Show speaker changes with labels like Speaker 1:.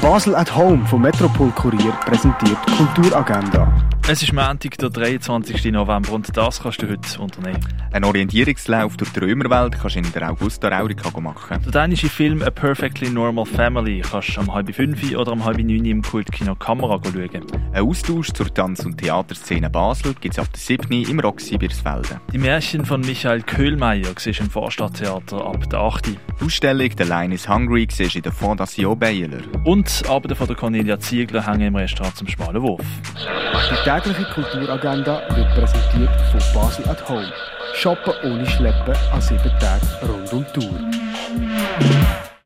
Speaker 1: Basel at Home vom Metropol Kurier präsentiert Kulturagenda.
Speaker 2: Es ist Montag, der 23. November und das kannst du heute unternehmen.
Speaker 3: Einen Orientierungslauf durch die Römerwelt kannst du in der Augusta Raurica machen.
Speaker 2: Der dänische Film A Perfectly Normal Family kannst du um halb fünf oder um halb neun im Kultkino Kamera schauen.
Speaker 3: Ein Austausch zur Tanz- und Theaterszene Basel gibt es ab der 7. im Roxy Birsfelden.
Speaker 2: Die Märchen von Michael Köhlmeier siehst du im Vorstadttheater ab der 8.
Speaker 3: Die Ausstellung «The Line is Hungry» siehst du in der Fondation Baylor.
Speaker 2: Und die Arbeiten von der Cornelia Ziegler hängen im Restaurant zum Schmalen Wurf.
Speaker 1: Die tägliche Kulturagenda wird präsentiert von Basel at Home. Shoppen ohne Schleppen an sieben Tagen rund um die Tour.